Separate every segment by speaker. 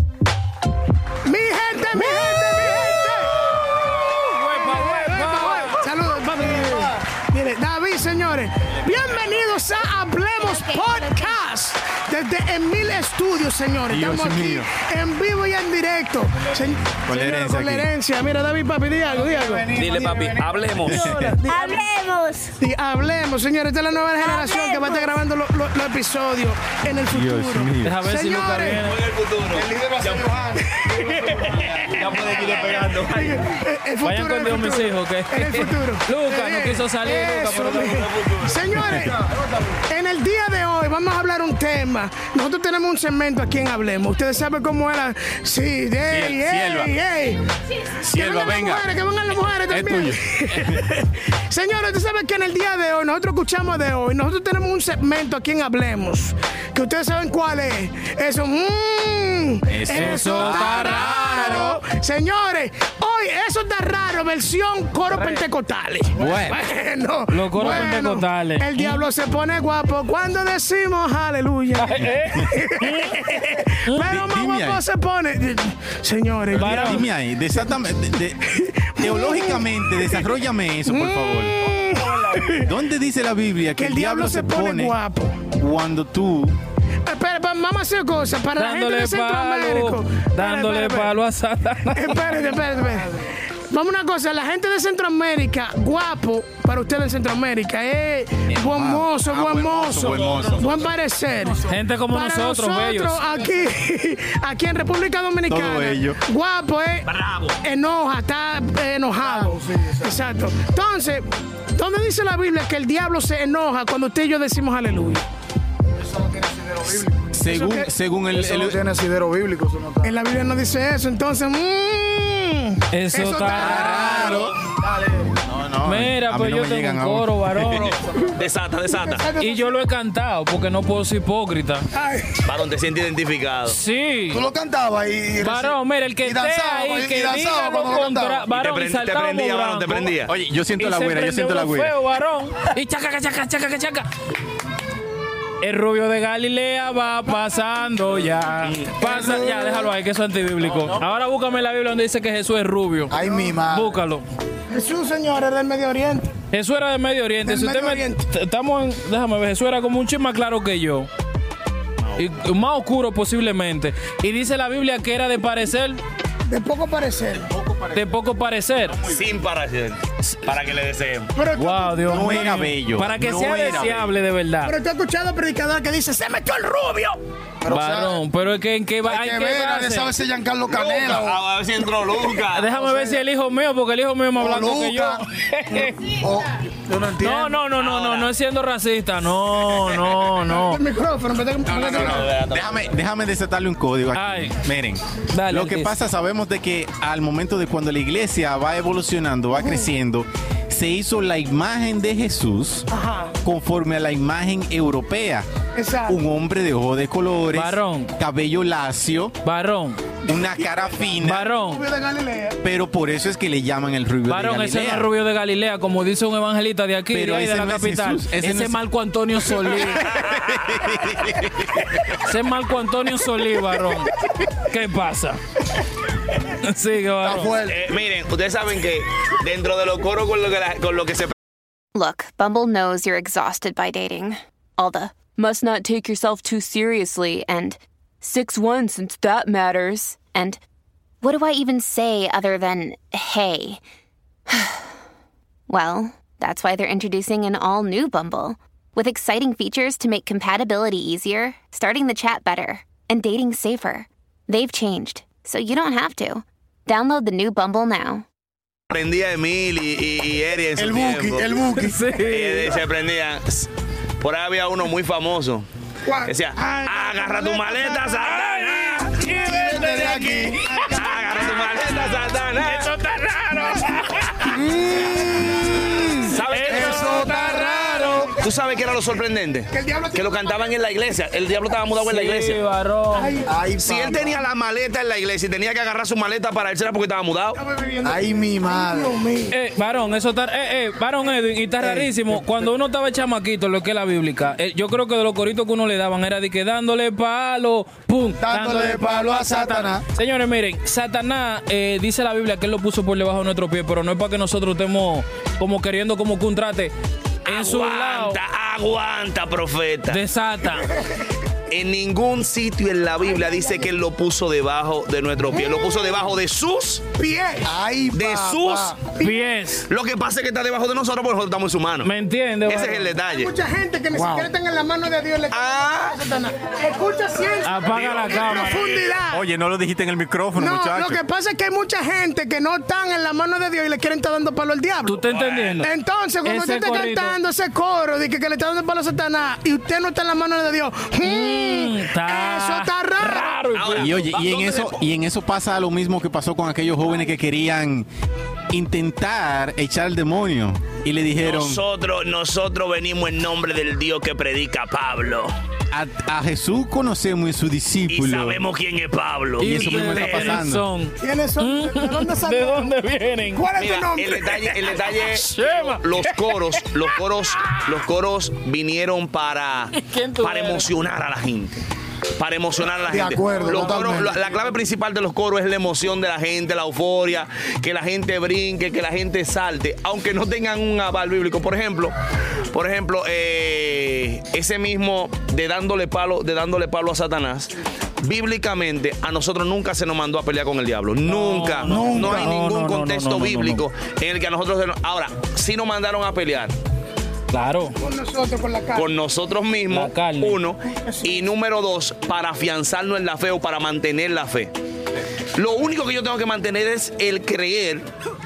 Speaker 1: ¡Mi gente, mi gente, mi gente! Saludos, papi. Mire, David, señores, bienvenidos a Hablemos Podcast desde Emil Estudios, señores.
Speaker 2: Dios
Speaker 1: Estamos aquí
Speaker 2: mío.
Speaker 1: en vivo y en directo. Sen-
Speaker 2: Con la
Speaker 1: señores,
Speaker 2: herencia
Speaker 1: con la
Speaker 2: aquí.
Speaker 1: herencia. Mira, David, papi, di algo, di algo.
Speaker 3: Dile, papi, hablemos.
Speaker 4: Hablemos.
Speaker 1: Di- hablemos, señores, esta es la nueva generación que va a estar grabando los los- los episodios en el futuro.
Speaker 2: Dios mío.
Speaker 3: A ver si Luca
Speaker 1: Señores.
Speaker 3: viene.
Speaker 1: El, eh, el futuro
Speaker 3: Vayan con
Speaker 1: el
Speaker 3: Dios, mis
Speaker 1: futuro.
Speaker 3: hijos, ¿ok?
Speaker 1: En el futuro.
Speaker 3: Luca, no
Speaker 1: Eh,
Speaker 3: quiso salir, Luca,
Speaker 1: eso,
Speaker 3: por lo menos.
Speaker 1: mi- Señores, en el día de hoy vamos a hablar un tema. Nosotros tenemos un segmento aquí en Hablemos. Ustedes saben cómo era. Sí, ey,
Speaker 2: Sierva.
Speaker 1: ey, ey. Que
Speaker 2: Sierva,
Speaker 1: vengan las
Speaker 2: venga.
Speaker 1: mujeres, que vengan las mujeres también. Señores, ustedes saben que en el día de hoy, nosotros escuchamos de hoy, nosotros tenemos un segmento aquí en Hablemos, que ustedes saben cuál es. Eso, mm,
Speaker 2: Eso está raro.
Speaker 1: Señores, hoy eso está raro, versión coro pentecostales.
Speaker 2: Bueno.
Speaker 1: Bueno,
Speaker 3: Los coros pentecostales.
Speaker 1: El diablo se pone guapo cuando decimos aleluya. Pero más
Speaker 2: Dime ahí.
Speaker 1: guapo se pone. Señores, el
Speaker 3: Varón.
Speaker 2: Dime ahí, desátame, de- de- teológicamente, desarrollame eso, por favor.
Speaker 1: diablo-
Speaker 5: Mm.
Speaker 2: ¿Dónde dice la Biblia que,
Speaker 1: que el diablo se pone guapo.
Speaker 2: cuando tú...
Speaker 1: Espera, espera, vamos a hacer cosas para la
Speaker 3: Dándole
Speaker 1: gente de Centroamérica.
Speaker 3: palo, dándole palo a Satanás.
Speaker 1: Espérate, espérate, espérate. Vamos a una cosa, la gente de Centroamérica, guapo para ustedes en Centroamérica, eh, buen mozo,
Speaker 2: Ah,
Speaker 1: buen
Speaker 2: buen mozo,
Speaker 1: mozo,
Speaker 2: buen mozo.
Speaker 1: buen parecer.
Speaker 3: Gente como
Speaker 1: Para
Speaker 3: nosotros, bellos.
Speaker 1: aquí, aquí en República Dominicana,
Speaker 2: Todo bello.
Speaker 1: guapo, eh, enoja, está eh, enojado. Exacto. Entonces, ¿dónde dice la Biblia que el diablo se enoja cuando usted y yo decimos aleluya?
Speaker 2: Según,
Speaker 1: que-
Speaker 2: según el...
Speaker 5: Eso no
Speaker 2: el-
Speaker 5: tiene asidero bíblico, eso no está.
Speaker 1: En la Biblia no dice eso, entonces. mm,
Speaker 3: Eso está
Speaker 2: Claro. No, no, a
Speaker 3: Mira,
Speaker 2: mí
Speaker 3: pues
Speaker 2: no
Speaker 3: yo
Speaker 2: me
Speaker 3: tengo
Speaker 2: llegan
Speaker 3: un
Speaker 2: aún.
Speaker 3: coro, varón. Desata, desata.
Speaker 1: Exacto.
Speaker 3: Y yo lo he cantado porque no puedo ser hipócrita.
Speaker 1: Ay,
Speaker 3: Varón, te sientes identificado. Sí.
Speaker 5: Tú lo cantabas y. y-
Speaker 3: Varón, mira, el que
Speaker 5: y
Speaker 3: esté
Speaker 5: danzaba,
Speaker 3: ahí,
Speaker 5: y-
Speaker 3: que
Speaker 5: y danzaba
Speaker 3: diga lo
Speaker 5: cuando lo
Speaker 3: contrario.
Speaker 5: cantaba.
Speaker 3: Varón, y saltaba blanco.
Speaker 2: Oye, yo siento
Speaker 3: Y
Speaker 2: la
Speaker 3: se
Speaker 2: güera, yo
Speaker 3: prendió
Speaker 2: siento la
Speaker 3: uno
Speaker 2: güera.
Speaker 3: Feo, varón. Y chaca, chaca, chaca, chaca. El rubio de Galilea va pasando ya. Pasa, ya, déjalo ahí, que eso es antibíblico. Ahora búscame la Biblia donde dice que Jesús es rubio.
Speaker 5: Ay, mi
Speaker 2: ah.
Speaker 5: madre.
Speaker 3: Búscalo.
Speaker 1: Jesús, señores del Medio Oriente.
Speaker 3: Jesús era del Medio Oriente.
Speaker 1: Del
Speaker 3: Si usted
Speaker 1: Medio
Speaker 3: me-
Speaker 1: Oriente.
Speaker 3: t- Estamos en- déjame ver, Jesús era como un chisme más claro que yo. Y más oscuro posiblemente. Y dice la Biblia que era de parecer,
Speaker 1: De poco parecer.
Speaker 3: de poco parecer.
Speaker 6: sin para para que le deseen.
Speaker 1: Pero,
Speaker 3: Wow, Dios
Speaker 2: No
Speaker 3: mío.
Speaker 2: era bello.
Speaker 3: Para que
Speaker 2: No
Speaker 3: sea
Speaker 2: era
Speaker 3: deseable de verdad.
Speaker 1: pero tú has escuchado predicador que dice: Se metió el rubio.
Speaker 5: Pero,
Speaker 3: Varón, pero es que en qué va.
Speaker 5: Hay que
Speaker 3: en qué
Speaker 5: ver,
Speaker 3: base.
Speaker 5: nadie sabe si es Giancarlo Canela o-
Speaker 6: Ah, A ver si entró Luca.
Speaker 3: Déjame ver si el hijo mío, porque el hijo mío es más
Speaker 5: o
Speaker 3: blanco que yo.
Speaker 5: Luca. o- Yo no
Speaker 3: No,
Speaker 5: entiendo.
Speaker 3: no, no, no, no, no es siendo racista. No, no, no.
Speaker 1: El micrófono. me tengo-
Speaker 2: No, no, no, no. Déjame, déjame desatarle un código aquí.
Speaker 3: Ay.
Speaker 2: Miren,
Speaker 3: Dale,
Speaker 2: lo que
Speaker 3: Ortiz.
Speaker 2: pasa, sabemos de que al momento de cuando la iglesia va evolucionando, va creciendo, se hizo la imagen de Jesús conforme a la imagen europea.
Speaker 1: Exacto.
Speaker 2: Un hombre de ojos de colores,
Speaker 3: Varón.
Speaker 2: cabello lacio,
Speaker 3: Varón,
Speaker 2: una cara fina.
Speaker 3: varón,
Speaker 1: Rubio de Galilea.
Speaker 2: Pero por eso es que le llaman el rubio
Speaker 3: varón,
Speaker 2: de
Speaker 3: ese no
Speaker 2: Galilea.
Speaker 3: es rubio de Galilea, como dice un evangelista de aquí,
Speaker 2: Pero
Speaker 3: de, ahí, de
Speaker 2: ese
Speaker 3: la
Speaker 2: no es
Speaker 3: capital.
Speaker 2: Jesús, ese
Speaker 3: Ese,
Speaker 2: no es-
Speaker 3: es Marco Antonio Solí. ese es Marco Antonio Solí, varón. ¿Qué pasa? Sigue, varón.
Speaker 6: Eh, miren, ustedes saben que dentro de los coros con lo que, la- con lo que se
Speaker 7: Look, Bumble knows you're exhausted by dating. All the must not take yourself too seriously and 6 1 since that matters. And what do I even say other than hey? well, that's why they're introducing an all new Bumble with exciting features to make compatibility easier, starting the chat better, and dating safer. They've changed, so you don't have to. Download the new Bumble now.
Speaker 6: prendía Emil y, y, y Eri en su
Speaker 5: El Buki,
Speaker 6: tiempo.
Speaker 5: el Buki.
Speaker 3: Sí.
Speaker 2: Eh,
Speaker 6: Y se prendían. Por ahí había uno muy famoso. Decía, agarra tu maleta,
Speaker 1: ah,
Speaker 6: Satana. Y vete de aquí. Agarra tu maleta, Satana. Eso está raro. ¿Sabes qué?
Speaker 5: Mm. Eso está raro.
Speaker 6: ¿Tú sabes qué era lo sorprendente?
Speaker 1: el diablo-
Speaker 6: Que lo cantaban en la iglesia. El diablo estaba mudado en la iglesia.
Speaker 3: Sí, varón.
Speaker 5: Ay,
Speaker 6: Si él
Speaker 5: papá.
Speaker 6: tenía la maleta en la iglesia y tenía que agarrar su maleta para él, era porque estaba mudado.
Speaker 5: Ay, mi madre.
Speaker 3: Eh, varón, eso está. Eh, eh, varón Edwin, y está rarísimo. Cuando uno estaba chamaquito, lo que es la bíblica, eh, yo creo que de los coritos que uno le daban era de que dándole palo, pum,
Speaker 5: Dándole palo a Satanás.
Speaker 3: Señores, miren, Satanás eh, dice la Biblia que él lo puso por debajo de nuestro pie, pero no es para que nosotros estemos como queriendo como que un trate en su lado
Speaker 6: Aguanta, aguanta, profeta.
Speaker 3: de Sata.
Speaker 6: En ningún sitio en la Biblia dice que él lo puso debajo de nuestro pie. Lo puso debajo de sus.
Speaker 1: Pie.
Speaker 5: Ay,
Speaker 6: De
Speaker 5: papá.
Speaker 6: sus.
Speaker 3: Pies.
Speaker 6: Lo que pasa es que está debajo de nosotros porque nosotros estamos en su mano.
Speaker 3: ¿Me entiendes?
Speaker 6: Ese es el
Speaker 1: Hay
Speaker 6: detalle.
Speaker 1: mucha gente que ni
Speaker 5: Wow.
Speaker 1: siquiera están en la mano de Dios. Le
Speaker 6: Ah.
Speaker 1: Satanás. Escucha ciencia.
Speaker 3: Apaga la
Speaker 1: en
Speaker 3: cámara.
Speaker 1: profundidad.
Speaker 2: Oye, no lo dijiste en el micrófono,
Speaker 1: no,
Speaker 2: muchacho.
Speaker 1: lo que pasa es que hay mucha gente que no están en la mano de Dios y le quieren estar dando palo al diablo.
Speaker 3: ¿Tú estás entendiendo?
Speaker 1: Entonces, cuando
Speaker 3: Ese
Speaker 1: usted está
Speaker 3: corrido.
Speaker 1: cantando ese coro de que, que le está dando palo a Satanás y usted no está en la mano de Dios, mm,
Speaker 3: Mm, está
Speaker 1: eso está raro.
Speaker 3: raro y
Speaker 6: Ahora,
Speaker 2: Y oye, y en
Speaker 6: ¿dónde
Speaker 2: eso, y en eso pasa lo mismo que pasó con aquellos jóvenes que querían intentar echar el demonio. Y le dijeron
Speaker 6: Nosotros, nosotros venimos en nombre del Dios que predica Pablo.
Speaker 2: a, a Jesús conocemos y su
Speaker 6: Y
Speaker 2: discípulo.
Speaker 6: sabemos quién es Pablo.
Speaker 2: Y eso mismo está
Speaker 3: ustedes
Speaker 2: pasando.
Speaker 3: son-
Speaker 1: ¿Quiénes
Speaker 3: Mm,
Speaker 1: son? ¿De dónde
Speaker 3: ¿De
Speaker 1: salió?
Speaker 3: dónde vienen?
Speaker 1: ¿Cuál es tu
Speaker 6: Mira,
Speaker 1: nombre?
Speaker 6: el detalle, el detalle es
Speaker 3: Shema.
Speaker 6: los coros, los coros, los coros vinieron para,
Speaker 3: ¿Quién tú
Speaker 6: para
Speaker 3: eres?
Speaker 6: emocionar a la gente. Para emocionar a la
Speaker 5: De
Speaker 6: gente.
Speaker 5: acuerdo,
Speaker 6: Los coros-
Speaker 5: totalmente.
Speaker 6: la, la clave principal de los coros es la emoción de la gente, la euforia, que la gente brinque, que la gente salte, aunque no tengan un aval bíblico. Por ejemplo, por ejemplo, eh, ese mismo de dándole palo, de dándole palo a Satanás. Bíblicamente, a nosotros nunca se nos mandó a pelear con el diablo. nunca.
Speaker 3: no,
Speaker 6: No,
Speaker 3: nunca.
Speaker 6: hay
Speaker 3: No, no,
Speaker 6: ningún
Speaker 3: no,
Speaker 6: contexto
Speaker 3: no, no, no,
Speaker 6: bíblico
Speaker 3: no.
Speaker 6: en el que a nosotros. se nos- Ahora, si nos mandaron a pelear
Speaker 3: Claro.
Speaker 1: Con nosotros, con la cara.
Speaker 6: con nosotros mismos,
Speaker 3: La carne.
Speaker 6: uno, y número dos, para afianzarnos en la fe o para mantener la fe. Lo único que yo tengo que mantener es el creer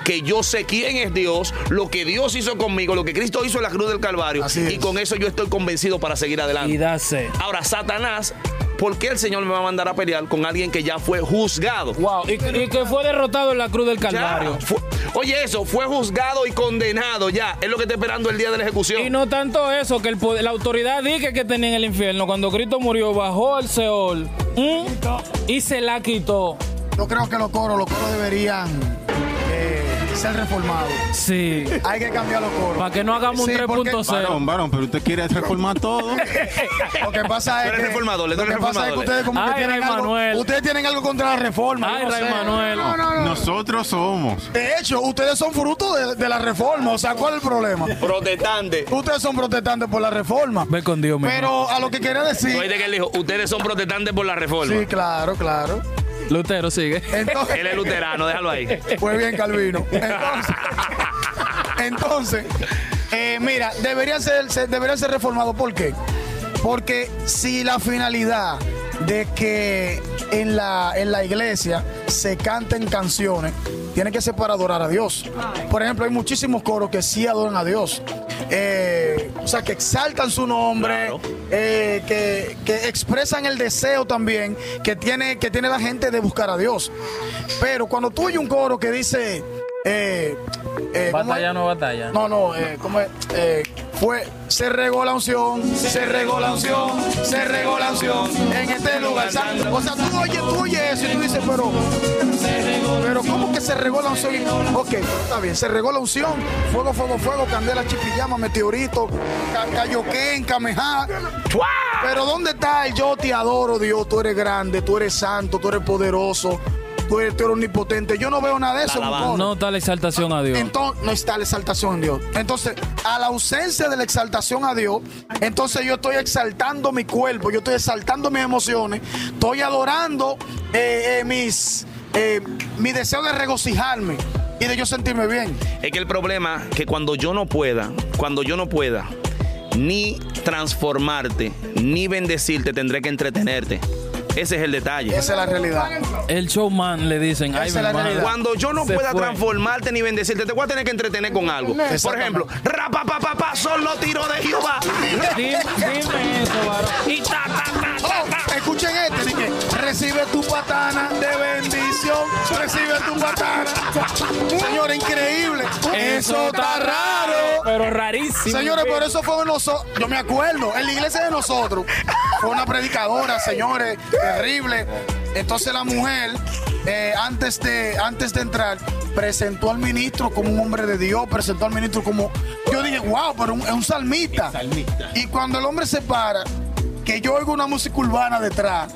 Speaker 6: que yo sé quién es Dios, lo que Dios hizo conmigo, lo que Cristo hizo en la cruz del Calvario,
Speaker 5: Así
Speaker 6: y
Speaker 5: es.
Speaker 6: con eso yo estoy convencido para seguir
Speaker 3: Y
Speaker 6: adelante.
Speaker 3: dase.
Speaker 6: Ahora, Satanás, ¿por qué el Señor me va a mandar a pelear con alguien que ya fue juzgado?
Speaker 3: Wow. Y, y que fue derrotado en la cruz del
Speaker 6: Ya,
Speaker 3: Calvario.
Speaker 6: fu- oye, eso fue juzgado y condenado ya. Es lo que está esperando el día de la ejecución.
Speaker 3: Y no tanto eso, que el poder- la autoridad dije que tenía en el infierno. Cuando Cristo murió, bajó al Seol ¿m? y se la quitó.
Speaker 5: Yo creo que los coros, los coros deberían eh, ser reformados.
Speaker 3: Sí.
Speaker 5: Hay que cambiar los coros.
Speaker 3: Para que no hagamos un
Speaker 5: Sí, porque-
Speaker 3: 3.0.
Speaker 2: Varón, varón, pero usted quiere reformar todo.
Speaker 5: Lo que
Speaker 6: Tú
Speaker 5: pasa es
Speaker 6: eres
Speaker 5: que,
Speaker 6: reformador, le
Speaker 5: lo
Speaker 6: tú eres
Speaker 5: que pasa es que
Speaker 6: reformador.
Speaker 5: ustedes como
Speaker 3: Ay,
Speaker 5: que tienen
Speaker 3: Rey
Speaker 5: algo,
Speaker 3: Manuel.
Speaker 5: ustedes tienen algo contra la reforma.
Speaker 3: Ay,
Speaker 5: yo no
Speaker 3: Rey
Speaker 5: sé.
Speaker 3: Manuel.
Speaker 2: Nosotros somos.
Speaker 5: De hecho, ustedes son fruto de, de la reforma. O sea, ¿cuál es el problema?
Speaker 6: Protestante.
Speaker 5: Ustedes son protestantes por la reforma.
Speaker 3: Ve con Dios, mi hermano.
Speaker 5: Pero a lo que quería decir.
Speaker 6: Oíste que él dijo, ustedes son protestantes por la reforma.
Speaker 5: Sí, claro, claro.
Speaker 3: Lutero sigue.
Speaker 5: Entonces,
Speaker 6: Él es luterano, déjalo ahí.
Speaker 5: Fue bien, Calvino. Entonces, entonces, eh, mira, debería ser, se- debería ser reformado. ¿Por qué? Porque si la finalidad de que en la, en la iglesia se canten canciones, tiene que ser para adorar a Dios. Por ejemplo, hay muchísimos coros que sí adoran a Dios. Eh, o sea, que exaltan su nombre,
Speaker 6: Claro.
Speaker 5: eh, que, que expresan el deseo también que tiene, que tiene la gente de buscar a Dios. Pero cuando tú oyes un coro que dice... eh, eh, ¿cómo es?
Speaker 3: Batalla no batalla.
Speaker 5: No, no, eh, ¿cómo es? Eh, fue, se regó la unción, se regó la unción, se regó la unción en este lugar santo. O sea, tú oyes, tú oyes eso y tú dices, pero, pero ¿cómo que se regó la unción? Ok, pero está bien, se regó la unción, fuego, fuego, fuego, candela, chipillama, meteorito, ca- cayoquén, camejá. Pero ¿dónde está el yo te adoro, Dios? Tú eres grande, tú eres santo, tú eres poderoso, tú eres, tú eres omnipotente. Yo no veo nada de eso. en un
Speaker 6: alabanza.
Speaker 5: coro.
Speaker 3: No está la exaltación a Dios.
Speaker 5: Entonces, no está la exaltación en Dios. Entonces, a la ausencia de la exaltación a Dios, entonces yo estoy exaltando mi cuerpo, yo estoy exaltando mis emociones, estoy adorando eh, eh, mis, eh, mi deseo de regocijarme y de yo sentirme bien.
Speaker 6: Es que el problema que cuando yo no pueda, cuando yo no pueda ni transformarte, ni bendecirte, tendré que entretenerte. Ese es el detalle.
Speaker 5: Esa es la realidad.
Speaker 3: El showman le dicen. Ay, mi
Speaker 5: Esa es la
Speaker 3: hermano.
Speaker 5: realidad.
Speaker 6: Cuando yo no
Speaker 3: Se
Speaker 6: pueda
Speaker 3: fue.
Speaker 6: transformarte ni bendecirte, te voy a tener que entretener con algo. Por ejemplo, rapapapapá, son los tiros de Jehová.
Speaker 3: Dime, dime eso, varón.
Speaker 6: Y ta, ta, ta, ta, ta.
Speaker 5: Oh, escuchen este, dije, recibe tu patana de bendición, recibe tu patana. Señores, increíble. Eso está raro.
Speaker 3: Pero rarísimo.
Speaker 5: Señores, por eso fue nosotros, yo me acuerdo, en la iglesia de nosotros, fue una predicadora, señores, terrible. Entonces la mujer, eh, antes, de, antes de entrar, presentó al ministro como un hombre de Dios, presentó al ministro como, yo dije, wow, pero un- es un salmista.
Speaker 2: salmista.
Speaker 5: Y cuando el hombre se para, que yo oigo una música urbana detrás,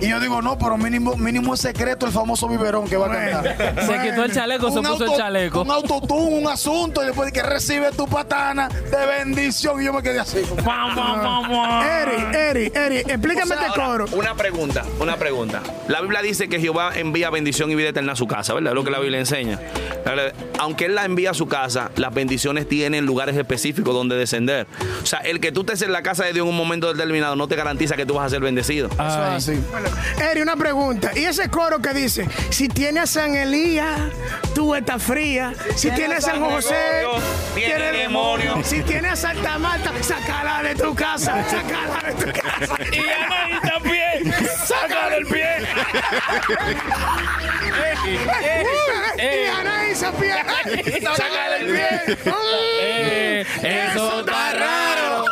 Speaker 5: y yo digo, no, pero mínimo, mínimo es secreto el famoso biberón que va a cantar.
Speaker 3: Se quitó el chaleco, se
Speaker 5: Un
Speaker 3: puso el
Speaker 5: auto-
Speaker 3: chaleco.
Speaker 5: Un autotune, un asunto, y después de que recibe tu patana de bendición, y yo me quedé así. como-
Speaker 3: Pam, pam, pam, pam.
Speaker 1: Eri, Eri, Eri, explícame
Speaker 6: O sea,
Speaker 1: este
Speaker 6: ahora,
Speaker 1: coro.
Speaker 6: Una pregunta, una pregunta. La Biblia dice que Jehová envía bendición y vida eterna a su casa, ¿verdad? Es lo que la Biblia enseña. Ahora, Aunque Él la envía a su casa, las bendiciones tienen lugares específicos donde descender. O sea, el que tú estés en la casa de Dios en un momento determinado no te garantiza que tú vas a ser bendecido.
Speaker 1: Ah,
Speaker 5: Eso es así.
Speaker 1: Eri, una pregunta. ¿Y ese coro que dice, si tienes a San Elías, tú estás fría? Si tienes a San José,
Speaker 6: Gregorio, tiene demonio.
Speaker 1: Si tienes a Santa Marta, sácala de tu casa, sácala de tu casa.
Speaker 3: Y Anaí también. Sácale el pie.
Speaker 1: Y Anaí se pierde. Sácala del pie.
Speaker 3: Eh, eso está raro.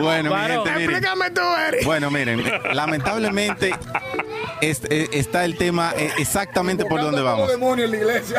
Speaker 2: Bueno, mi
Speaker 3: Varón.
Speaker 2: gente, miren.
Speaker 1: Explícame tú, Eri.
Speaker 2: Bueno, miren, lamentablemente es- eh, está el tema eh, exactamente por donde vamos.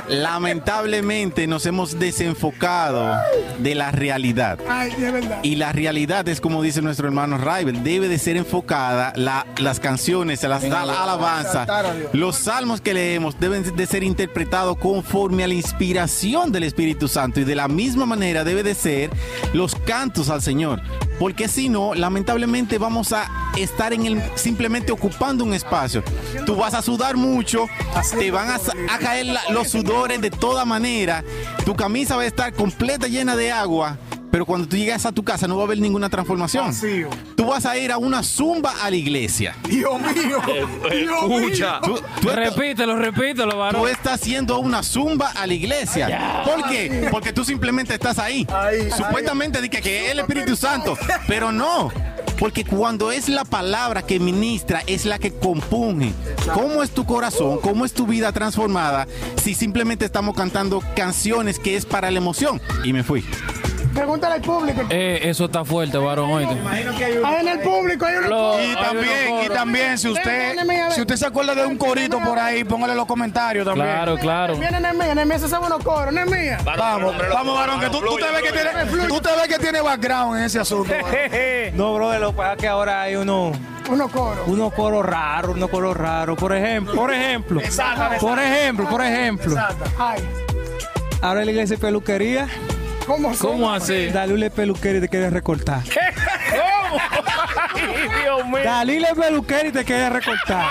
Speaker 2: Lamentablemente nos hemos desenfocado de la realidad.
Speaker 1: Ay, de verdad.
Speaker 2: Y la realidad es como dice nuestro hermano Rival, debe de ser enfocada la- las canciones, las la, la alabanza, los salmos que leemos deben de ser interpretados conforme a la inspiración del Espíritu Santo y de la misma manera debe de ser los cantos al Señor, porque si no, lamentablemente vamos a estar en el simplemente ocupando un espacio. Tú vas a sudar mucho, te van a, sa- a caer la- los sudores de toda manera, tu camisa va a estar completa llena de agua. Pero cuando tú llegas a tu casa no va a haber ninguna transformación.
Speaker 5: Vacío.
Speaker 2: Tú vas a ir a una zumba a la iglesia.
Speaker 5: Dios mío. Dios mío.
Speaker 6: Escucha.
Speaker 2: Tú, tú estás-
Speaker 3: Repítelo, repítelo,
Speaker 2: tú
Speaker 3: varón.
Speaker 2: estás haciendo una zumba a la iglesia. ¿Por qué? Porque tú simplemente estás ahí.
Speaker 5: Ahí,
Speaker 2: Supuestamente dije que es el Espíritu Santo, pero no. Porque cuando es la palabra que ministra, es la que compunge. ¿Cómo es tu corazón? ¿Cómo es tu vida transformada? Si simplemente estamos cantando canciones que es para la emoción. Y me fui.
Speaker 1: Pregúntale al público.
Speaker 3: Eh, eso está fuerte, varón. Oíste.
Speaker 1: Ahí en el público hay uno.
Speaker 3: Lo-
Speaker 5: Y
Speaker 3: hay unos
Speaker 5: también, y
Speaker 3: coros.
Speaker 5: también, si usted, si usted se acuerda de un corito por ahí, póngale los comentarios también.
Speaker 3: Claro, claro.
Speaker 1: Viene en el mía, en el mía se sabe unos coros, no es mía.
Speaker 5: Vamos, vamos, varón, que tú, tú te ves que tiene, tú te ves que tiene background en ese asunto. varón.
Speaker 8: No, bro, lo que pasa es que ahora hay unos
Speaker 1: Unos coros.
Speaker 8: unos coros raros, unos coros raros. Por ejemplo, por ejemplo, por ejemplo, por ejemplo.
Speaker 1: Ay,
Speaker 8: Ahora en la iglesia de peluquería,
Speaker 1: ¿cómo así?
Speaker 3: ¿Cómo así?
Speaker 8: Dalile peluquero y te quieres recortar.
Speaker 3: Ay, Dios mío.
Speaker 8: Dalile peluquero y te quieres recortar.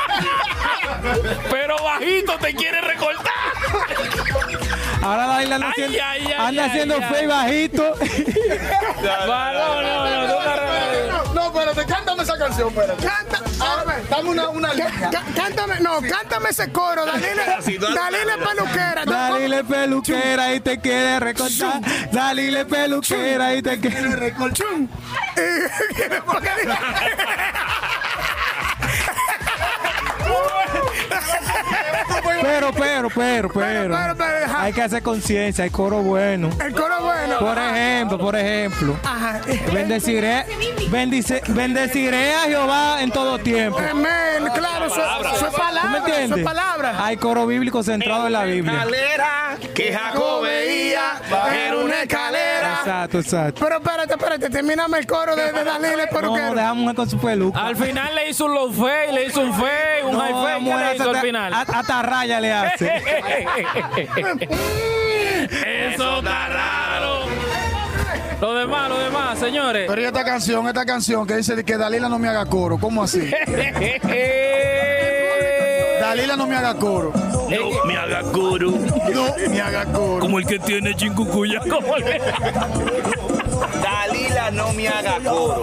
Speaker 3: Pero bajito te quiere recortar.
Speaker 8: Ahora Dalila anda
Speaker 3: Ay,
Speaker 8: haciendo,
Speaker 3: ay, ay,
Speaker 8: anda
Speaker 3: ay,
Speaker 8: haciendo
Speaker 3: ay.
Speaker 8: fe y bajito.
Speaker 3: Varón, Ah, no, no, tú estás re-
Speaker 5: No, espérate, cántame esa canción, espérate.
Speaker 1: Canta, a ver,
Speaker 5: Dame una, una
Speaker 1: ca-
Speaker 5: línea.
Speaker 1: ca- cántame, no, cántame ese coro, Dalila, Dalila peluquera.
Speaker 8: Dalile peluquera y te quieres recortar. Dalile peluquera y te quieres
Speaker 1: Chum.
Speaker 8: Pero, pero, pero, pero.
Speaker 1: pero, pero, ajá.
Speaker 8: Hay que hacer conciencia, hay coro bueno.
Speaker 1: El coro es bueno.
Speaker 8: Por ejemplo, por ejemplo.
Speaker 1: Ajá.
Speaker 8: Bendeciré, bendice- bendeciré a Jehová en todo tiempo.
Speaker 5: Oh.
Speaker 1: Amén, claro, eso, eso es
Speaker 8: ¿Tú me
Speaker 1: palabra, eso es
Speaker 8: entiendes?
Speaker 1: palabra.
Speaker 8: Hay coro bíblico centrado en la Biblia.
Speaker 6: Escalera que Jacob veía era una escalera.
Speaker 8: Exacto, exacto.
Speaker 1: Pero espérate, espérate, termíname el coro de, de Dalila
Speaker 8: No,
Speaker 1: peluquera.
Speaker 8: deja mujer con su peluca.
Speaker 3: Al final le hizo un low fade, le hizo un fade, un
Speaker 8: No,
Speaker 3: high fade. ¿Qué
Speaker 8: mujer
Speaker 3: le hizo al
Speaker 8: hasta-
Speaker 3: final?
Speaker 8: a- hasta raya le hace.
Speaker 3: Eso está raro. Lo demás, lo demás, señores.
Speaker 5: Pero ¿y esta canción, esta canción que dice de que Dalila no me haga coro, ¿cómo así? Dalila no me haga coro.
Speaker 6: No me haga guru
Speaker 5: No me haga coro.
Speaker 3: Como el que tiene chingucuya, como el que...
Speaker 6: Dalila no no me haga coro.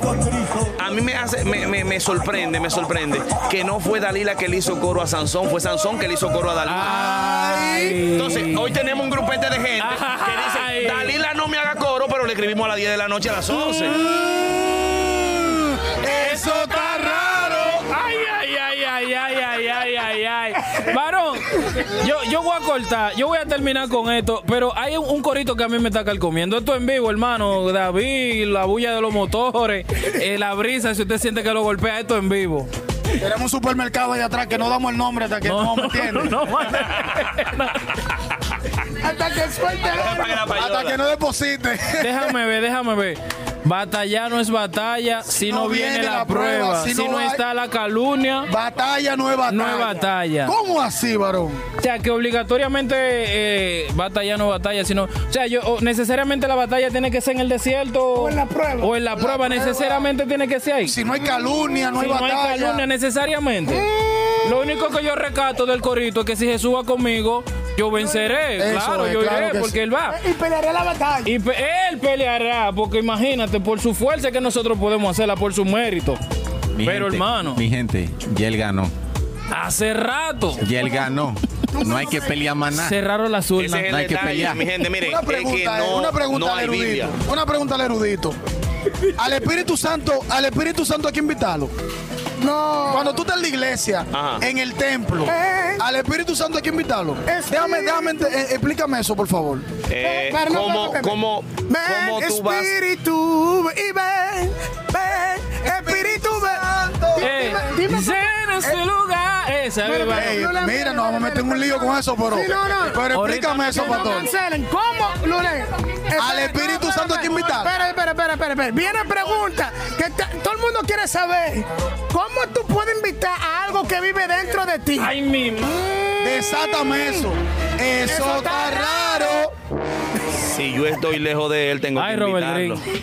Speaker 6: A mí me hace, me, me- me sorprende, me sorprende que no fue Dalí la que le hizo coro a Sansón, fue Sansón que le hizo coro a Dalí. Entonces, hoy tenemos un grupete de gente que dice, Dalila no me haga coro, pero le escribimos a las 10 de la noche a las 11.
Speaker 3: Mm.
Speaker 5: Eso está
Speaker 3: raro. Ay, ay, ay, ay, ay, ay, ay, ay, ay. Varón, yo, yo voy a cortar, yo voy a terminar con esto, pero hay un, un corito que a mí me está calcomiendo. Esto en vivo, hermano. David, la bulla de los motores, eh, la brisa, si usted siente que lo golpea, esto en vivo.
Speaker 5: Tenemos un supermercado allá atrás que no damos el nombre hasta que no,
Speaker 3: No,
Speaker 5: ¿me entiendes?
Speaker 3: no,
Speaker 5: hasta que suelte Hasta que no deposite.
Speaker 3: Déjame ver, déjame ver. Batallar no es batalla si no, viene, la prueba, si, no,
Speaker 5: hay-
Speaker 3: está la calumnia.
Speaker 5: Batalla no es batalla.
Speaker 3: No es batalla.
Speaker 5: ¿Cómo así, varón?
Speaker 3: O sea, que obligatoriamente eh, batalla no batalla, sino. O sea, yo, o necesariamente la batalla tiene que ser en el desierto. O en la prueba. O en la, prueba, necesariamente tiene que ser ahí.
Speaker 5: Si no hay calumnia, no hay
Speaker 3: Si No
Speaker 5: batalla.
Speaker 3: hay calumnia, necesariamente. Lo único que yo recato del corito es que si Jesús va conmigo, yo venceré.
Speaker 5: Eso
Speaker 3: claro,
Speaker 5: es,
Speaker 3: yo
Speaker 5: claro que
Speaker 3: iré, porque
Speaker 5: sí.
Speaker 3: él va.
Speaker 1: Y pelearé la batalla.
Speaker 3: Y pe- él peleará, porque imagínate, por su fuerza es que nosotros podemos hacerla, por su mérito.
Speaker 2: Mi
Speaker 3: Pero
Speaker 2: gente,
Speaker 3: hermano,
Speaker 2: Mi gente, ya él ganó.
Speaker 3: hace rato
Speaker 2: Ya él ganó. No hay que pelear más nada.
Speaker 3: cerraron las urnas.
Speaker 6: Ese es el
Speaker 2: No hay que
Speaker 6: detalle,
Speaker 2: pelear.
Speaker 6: mi gente. Miren,
Speaker 5: Una pregunta, eh,
Speaker 6: es que no,
Speaker 5: una pregunta
Speaker 6: no
Speaker 5: al
Speaker 6: hay
Speaker 5: erudito.
Speaker 6: Biblia.
Speaker 5: Una pregunta al erudito. Al Espíritu Santo, al Espíritu Santo hay que invitarlo.
Speaker 1: No.
Speaker 5: Cuando tú estás en la iglesia,
Speaker 6: Ajá.
Speaker 5: en el templo,
Speaker 1: Eh.
Speaker 5: al Espíritu Santo hay que invitarlo.
Speaker 1: Es-
Speaker 5: Déjame, déjame, ente- eh, explícame eso, por favor.
Speaker 6: Eh,
Speaker 1: Pero no,
Speaker 6: ¿cómo,
Speaker 1: pero-
Speaker 6: cómo, cómo
Speaker 1: Ven,
Speaker 6: tú vas?
Speaker 1: espíritu, y ven, ven, espíritu, ven.
Speaker 3: Eh,
Speaker 1: Dime- dime-
Speaker 3: llena su lugar. Esa,
Speaker 1: Pero-
Speaker 3: beba.
Speaker 5: Ey,
Speaker 1: Lula,
Speaker 5: Eh, mira,
Speaker 1: mira,
Speaker 5: nos vamos a meter en un lío con eso, pero.
Speaker 1: Sí, no, no.
Speaker 5: Pero
Speaker 3: Ahorita
Speaker 5: explícame eso,
Speaker 1: Que no
Speaker 5: pastor.
Speaker 1: cancelen. ¿Cómo, Lule? Espera,
Speaker 5: Espíritu
Speaker 1: no,
Speaker 5: Santo hay que
Speaker 1: espera,
Speaker 5: invitar.
Speaker 1: Espera, espera, espera, espera, espera. Viene pregunta que te- todo el mundo quiere saber. ¿Cómo tú puedes invitar a algo que vive dentro de ti?
Speaker 3: Ay, mi
Speaker 5: Desátame eso. Eso está raro.
Speaker 6: Si yo estoy lejos de él, tengo
Speaker 3: Ay,
Speaker 6: que
Speaker 3: Robert
Speaker 6: invitarlo.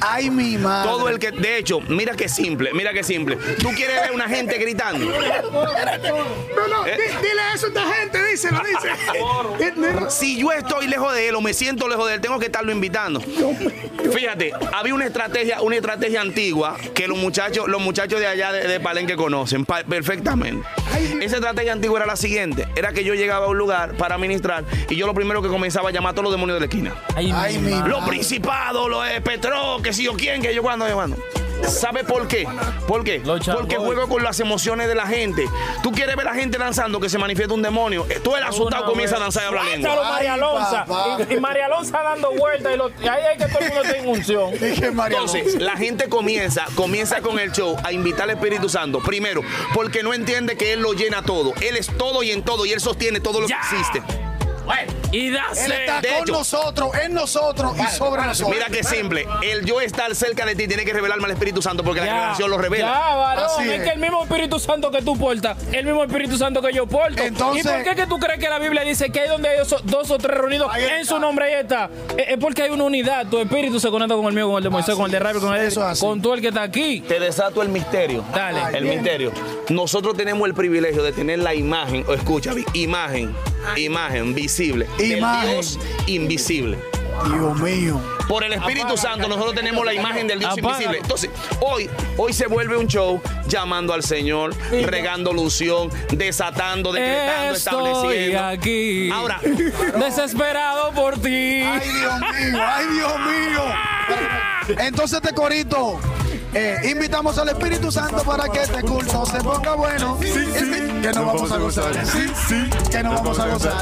Speaker 5: Ay, mi madre.
Speaker 6: Todo el que, de hecho, mira qué simple, mira qué simple. Tú quieres ver una gente gritando.
Speaker 1: No, no,
Speaker 5: Eh.
Speaker 1: di- dile eso a esta gente, díselo, dice. Di- dilo.
Speaker 6: Si yo estoy lejos de él o me siento lejos de él, tengo que estarlo invitando. Fíjate, había una estrategia, una estrategia antigua que los muchachos, los muchachos de allá de, de Palenque conocen pa- perfectamente. Esa estrategia antigua era la siguiente: era que yo llegaba a un lugar para ministrar y yo lo primero que comenzaba a llamar a todos los demonios de la esquina.
Speaker 3: Ay,
Speaker 5: Ay, mi
Speaker 6: Los principados, los eh, Petro, que si yo quién, que yo cuando, hermano. ¿Sabe por qué? ¿Por qué?
Speaker 3: Los chavos.
Speaker 6: Porque juego con las emociones de la gente. Tú quieres ver a la gente danzando que se manifiesta un demonio. Eh, Tú el asustado
Speaker 3: Una
Speaker 6: comienza a
Speaker 3: vez.
Speaker 6: danzar y hablar lengua.
Speaker 3: Suéltalo, María
Speaker 5: Ay,
Speaker 3: Alonso.
Speaker 5: papá.
Speaker 3: Y, y María Alonso dando vueltas. Y, lo- y ahí hay que todo el mundo tenga unción.
Speaker 5: Dije, María.
Speaker 6: Entonces, la gente comienza, comienza con el show a invitar al Espíritu Santo. Primero, porque no entiende que Él lo llena todo. Él es todo y en todo y Él sostiene todo lo
Speaker 3: Ya.
Speaker 6: que existe. Bueno,
Speaker 3: Y
Speaker 5: Él
Speaker 3: dase.
Speaker 5: está
Speaker 6: de
Speaker 5: con
Speaker 6: hecho.
Speaker 5: nosotros, en nosotros y sobre nosotros.
Speaker 6: mira qué simple. El yo estar cerca de ti tiene que revelarme al Espíritu Santo porque la revelación lo
Speaker 3: Ya,
Speaker 6: revela.
Speaker 3: varón,
Speaker 5: Así
Speaker 3: es,
Speaker 5: es.
Speaker 3: que el mismo Espíritu Santo que tú portas, el mismo Espíritu Santo que yo porto.
Speaker 5: Entonces-
Speaker 3: ¿Y por qué que tú crees que la Biblia dice que hay donde hay oso- dos o tres reunidos
Speaker 5: Ahí
Speaker 3: en
Speaker 5: está.
Speaker 3: su nombre ahí está? Es, es porque hay una unidad. Tu espíritu se conecta con el mío, con el de Moisés,
Speaker 5: Así
Speaker 3: con el de
Speaker 5: es,
Speaker 3: Rafael, con el de-
Speaker 5: eso es así.
Speaker 3: con todo el que está aquí.
Speaker 6: Te desato el misterio.
Speaker 3: Dale.
Speaker 6: El misterio. Nosotros tenemos el privilegio de tener la imagen, o escucha, vi- imagen, imagen visible. del
Speaker 5: Imagen.
Speaker 6: Dios invisible.
Speaker 5: Dios mío.
Speaker 6: Por el Espíritu Santo nosotros tenemos la imagen del Dios
Speaker 3: Apaga.
Speaker 6: invisible. Entonces, hoy, hoy se vuelve un show llamando al Señor, regando ilusión, desatando, decretando,
Speaker 3: Estoy
Speaker 6: estableciendo.
Speaker 3: aquí.
Speaker 6: Ahora,
Speaker 3: Desesperado por ti.
Speaker 5: Ay, Dios mío. Ay, Dios mío. Entonces, te corito. eh, invitamos al Espíritu Santo para que este culto se ponga bueno. Y Que nos vamos a gozar. Sí, sí. Que nos vamos a gozar.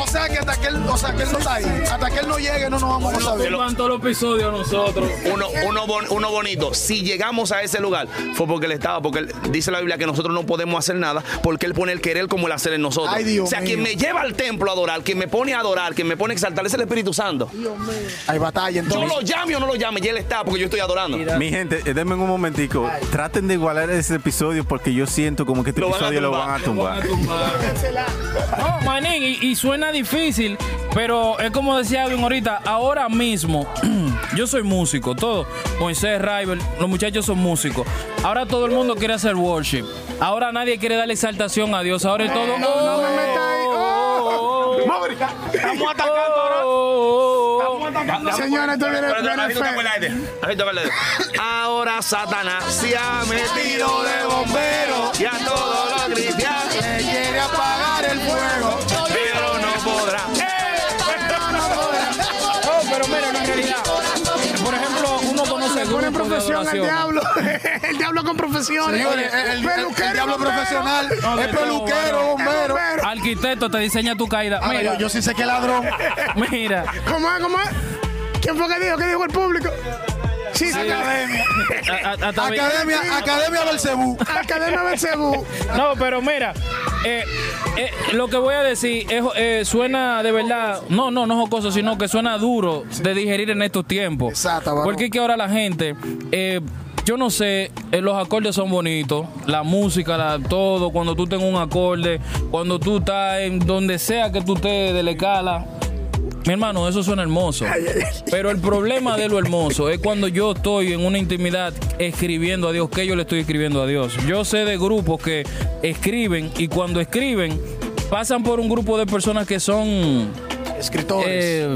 Speaker 5: O sea que hasta que él, o sea que él no está ahí, hasta que él no llegue, no nos vamos a
Speaker 3: Nos
Speaker 5: gozar.
Speaker 3: toman todos los episodios a nosotros.
Speaker 6: uno, uno, bon- uno bonito. Si llegamos a ese lugar, fue porque él estaba, porque él- dice la Biblia que nosotros no podemos hacer nada, porque él pone el querer como el hacer en nosotros.
Speaker 5: Ay, Dios
Speaker 6: o sea,
Speaker 5: mío.
Speaker 6: quien me lleva al templo a adorar, quien me pone a adorar, quien me pone a exaltar, es el Espíritu Santo.
Speaker 5: Hay batalla
Speaker 6: Yo lo
Speaker 5: entonces.
Speaker 6: llame o no lo llame, ya él está, porque yo estoy adorando.
Speaker 2: Mi gente, eh, denme un momentico. Traten de igualar ese episodio porque yo siento como que este
Speaker 6: Lo van a
Speaker 2: episodio lo
Speaker 6: tumbar.
Speaker 2: van a tumbar.
Speaker 3: No, manín, y, y suena difícil, pero es como decía Alvin ahorita, ahora mismo, yo soy músico, todo. Moisés, Rival, los muchachos son músicos. Ahora todo el mundo quiere hacer worship. Ahora nadie quiere darle exaltación a Dios. Ahora es todo.
Speaker 1: No me metas ahí.
Speaker 3: Oh, oh, oh, oh,
Speaker 6: Estamos atacando
Speaker 3: oh,
Speaker 6: ahora.
Speaker 3: oh, oh.
Speaker 6: Estamos
Speaker 1: Señora, esto viene-
Speaker 6: Espérate,
Speaker 1: viene
Speaker 6: abajito
Speaker 1: feo.
Speaker 6: está el aire, abajito está el aire. Ahora Satanás se ha metido de bombero y a todos los cristianos
Speaker 5: Le quiere apagar el fuego.
Speaker 6: pero no podrá.
Speaker 3: No, pero mira, en realidad, por ejemplo, uno conoce
Speaker 1: Le ponen
Speaker 3: grupos de
Speaker 1: profesión al
Speaker 3: adoración.
Speaker 1: diablo. el diablo con profesión.
Speaker 5: Señores, el- el- el-
Speaker 1: Peluquero,
Speaker 5: el diablo
Speaker 1: bombero.
Speaker 5: profesional Ah.
Speaker 3: No, de
Speaker 5: es
Speaker 3: todo,
Speaker 5: peluquero,
Speaker 3: bueno.
Speaker 5: bombero.
Speaker 1: Bombero.
Speaker 3: Arquitecto te diseña tu caída.
Speaker 5: Ah,
Speaker 3: Mira,
Speaker 5: yo, yo sí sé que ladrón.
Speaker 3: mira.
Speaker 1: ¿Cómo es? ¿Cómo es? ¿Quién fue que dijo? ¿Qué dijo el público? Sí, sí. Academia.
Speaker 3: a- a- hasta vi-
Speaker 5: Academia, Academia Belcebú.
Speaker 1: Academia Belcebú.
Speaker 3: No, pero mira, eh, eh, lo que voy a decir es, eh, suena de verdad, no, no, no jocoso, sino que suena duro de digerir en estos tiempos.
Speaker 5: Exacto, varón.
Speaker 3: Porque es que ahora la gente, eh, yo no sé, eh, los acordes son bonitos, la música, la- todo, cuando tú tengas un acorde, cuando tú estás en donde sea que tú estés de la escala. Mi hermano, eso suena hermoso. Pero el problema de lo hermoso es cuando yo estoy en una intimidad escribiendo a Dios, que yo le estoy escribiendo a Dios. Yo sé de grupos que escriben y cuando escriben pasan por un grupo de personas que son...
Speaker 5: Escritores.
Speaker 3: eh,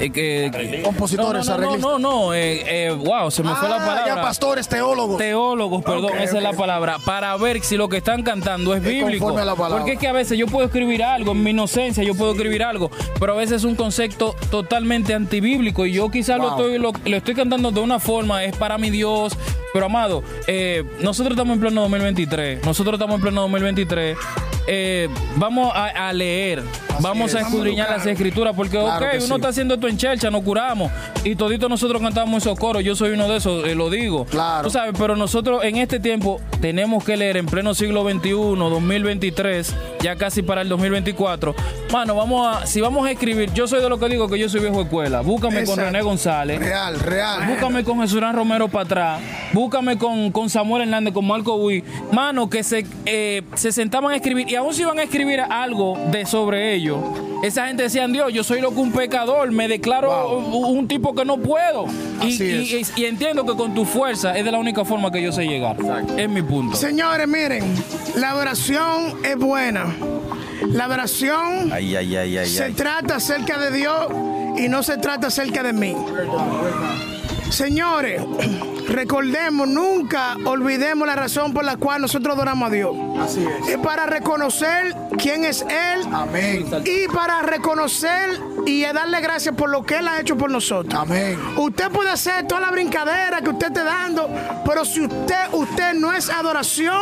Speaker 3: eh, que-
Speaker 5: Compositores,
Speaker 3: no, no, no,
Speaker 5: arreglistas.
Speaker 3: no, no, eh, eh, wow, se me fue la
Speaker 5: Ah,
Speaker 3: palabra.
Speaker 5: ya pastores, teólogos.
Speaker 3: Teólogos, perdón, esa es la palabra, para ver si lo que están cantando es bíblico.
Speaker 5: conforme a la palabra.
Speaker 3: Porque es que a veces yo puedo escribir algo, en mi inocencia yo puedo escribir algo, pero a veces es un concepto totalmente antibíblico y yo quizás lo,
Speaker 5: Wow.
Speaker 3: estoy, lo, lo estoy cantando de una forma, es para mi Dios. Pero amado, eh, nosotros estamos en pleno 2023, nosotros estamos en pleno 2023. eh, vamos a, a leer, vamos a
Speaker 5: es.
Speaker 3: escudriñar las escrituras, porque
Speaker 5: Claro
Speaker 3: ok,
Speaker 5: que
Speaker 3: uno
Speaker 5: sí.
Speaker 3: está haciendo esto en chelcha, nos curamos. Y todito nosotros cantamos esos coros. Yo soy uno de esos, eh, lo digo.
Speaker 5: Claro.
Speaker 3: Tú sabes, pero nosotros en este tiempo tenemos que leer en pleno siglo XXI, 2023, ya casi para el 2024. Mano, vamos a, si vamos a escribir, yo soy de lo que digo que yo soy viejo escuela. Búscame
Speaker 1: Exacto.
Speaker 3: con René González.
Speaker 5: Real, real.
Speaker 3: Búscame con Jesús Romero para atrás. Búscame con, con Samuel Hernández, con Marco Bui. Mano, que se, eh, se sentaban a escribir. Y aún si iban a escribir algo de sobre ellos, esa gente decían, Dios, yo soy loco un pecador, me declaro un, un tipo que no puedo. Y,
Speaker 5: Así
Speaker 3: y- y entiendo que con tu fuerza es de la única forma que yo sé llegar. Es mi punto.
Speaker 1: Señores, miren, la oración es buena. La oración
Speaker 2: Ay, ay, ay, ay,
Speaker 1: se
Speaker 2: ay.
Speaker 1: trata acerca de Dios y no se trata acerca de mí. Señores, recordemos, nunca olvidemos la razón por la cual nosotros adoramos a Dios.
Speaker 5: Así es.
Speaker 1: Es para reconocer quién es Él
Speaker 5: Amén.
Speaker 1: y para reconocer y darle gracias por lo que Él ha hecho por nosotros.
Speaker 5: Amén.
Speaker 1: Usted puede hacer toda la brincadera que usted esté dando, pero si usted, usted no es adoración,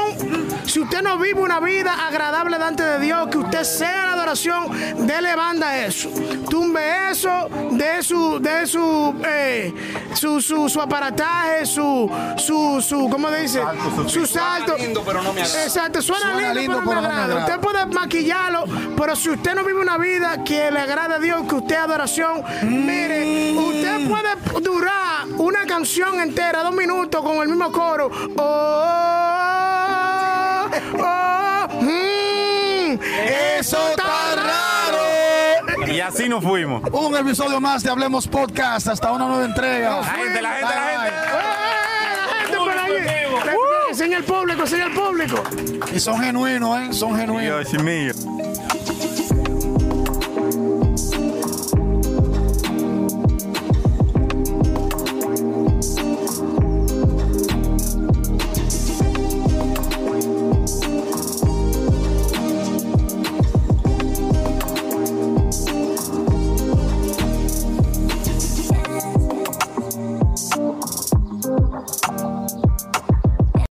Speaker 1: si usted no vive una vida agradable delante de Dios, que usted sea la adoración, déle banda a eso. Tumbe eso, de su, de su, eh, su, su, su aparataje, su, su, su, ¿cómo se dice? Su salto.
Speaker 6: lindo, pero no me agrada.
Speaker 1: Exacto, suena,
Speaker 5: Suena
Speaker 1: lindo,
Speaker 5: lindo,
Speaker 1: pero no me agrada.
Speaker 5: agrada.
Speaker 1: Usted puede maquillarlo, pero si usted no vive una vida que le agrada a Dios, que usted es adoración, mire, usted puede durar una canción entera, dos minutos, con el mismo coro. Oh, oh, mm,
Speaker 5: Eso está raro.
Speaker 2: Y así nos fuimos.
Speaker 5: Un episodio más de Hablemos Podcast. Hasta una nueva entrega.
Speaker 2: La gente, la gente, la gente.
Speaker 1: ¡Eh, la gente por ahí! Enseña al público, enseña al público.
Speaker 5: Y son genuinos, ¿eh? Son genuinos.
Speaker 2: Dios mío.